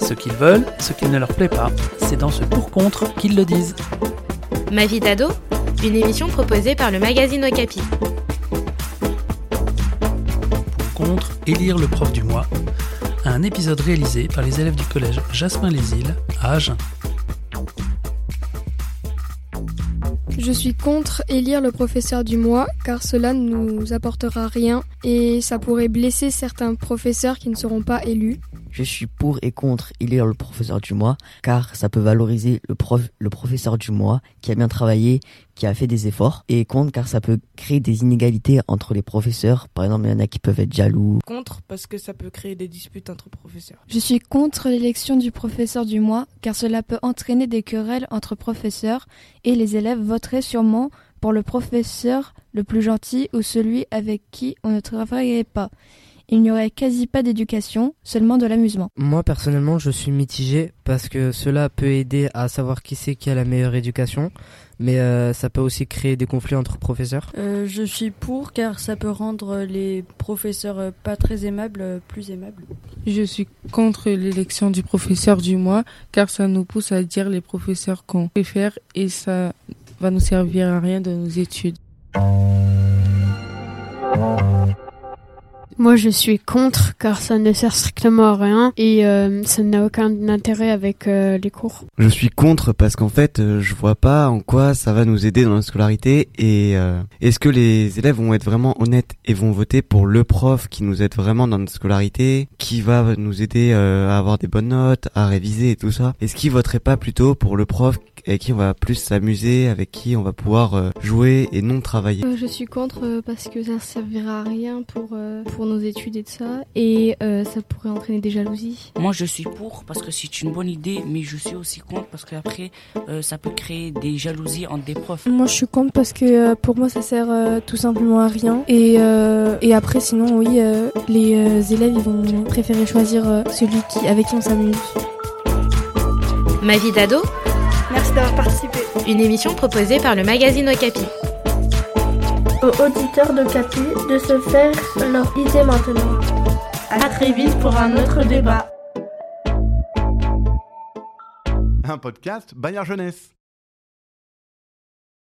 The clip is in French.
Ce qu'ils veulent, ce qui ne leur plaît pas, c'est dans ce pour-contre qu'ils le disent. Ma vie d'ado, une émission proposée par le magazine Okapi. Contre, élire le prof du mois, un épisode réalisé par les élèves du collège Jasmin Les Îles à Agen. Je suis contre élire le professeur du mois car cela ne nous apportera rien et ça pourrait blesser certains professeurs qui ne seront pas élus. Je suis pour et contre élire le professeur du mois, car ça peut valoriser le prof, le professeur du mois, qui a bien travaillé, qui a fait des efforts, et contre car ça peut créer des inégalités entre les professeurs. Par exemple, il y en a qui peuvent être jaloux. Contre, parce que ça peut créer des disputes entre professeurs. Je suis contre l'élection du professeur du mois, car cela peut entraîner des querelles entre professeurs, et les élèves voteraient sûrement pour le professeur le plus gentil ou celui avec qui on ne travaillait pas il n'y aurait quasi pas d'éducation, seulement de l'amusement. Moi personnellement je suis mitigé parce que cela peut aider à savoir qui c'est qui a la meilleure éducation, mais euh, ça peut aussi créer des conflits entre professeurs. Euh, je suis pour car ça peut rendre les professeurs pas très aimables plus aimables. Je suis contre l'élection du professeur du mois car ça nous pousse à dire les professeurs qu'on préfère et ça va nous servir à rien de nos études. Moi, je suis contre car ça ne sert strictement à rien et euh, ça n'a aucun intérêt avec euh, les cours. Je suis contre parce qu'en fait, euh, je vois pas en quoi ça va nous aider dans la scolarité et est-ce que les élèves vont être vraiment honnêtes et vont voter pour le prof qui nous aide vraiment dans notre scolarité, qui va nous aider à avoir des bonnes notes, à réviser et tout ça Est-ce qu'ils voteraient pas plutôt pour le prof avec qui on va plus s'amuser, avec qui on va pouvoir jouer et non travailler Euh, Je suis contre parce que ça servira à rien pour, euh, pour nos études et tout ça, et euh, ça pourrait entraîner des jalousies. Moi, je suis pour parce que c'est une bonne idée, mais je suis aussi contre parce qu'après, euh, ça peut créer des jalousies entre des profs. Moi, je suis contre parce que euh, pour moi, ça sert tout simplement à rien. Et, euh, et après, sinon, oui, euh, les élèves ils vont préférer choisir euh, celui qui, avec qui on s'amuse. Ma vie d'ado Merci d'avoir participé. Une émission proposée par le magazine Okapi aux auditeurs de Capi de se faire leur idée maintenant. À très vite pour un autre débat. Un podcast Bayard Jeunesse.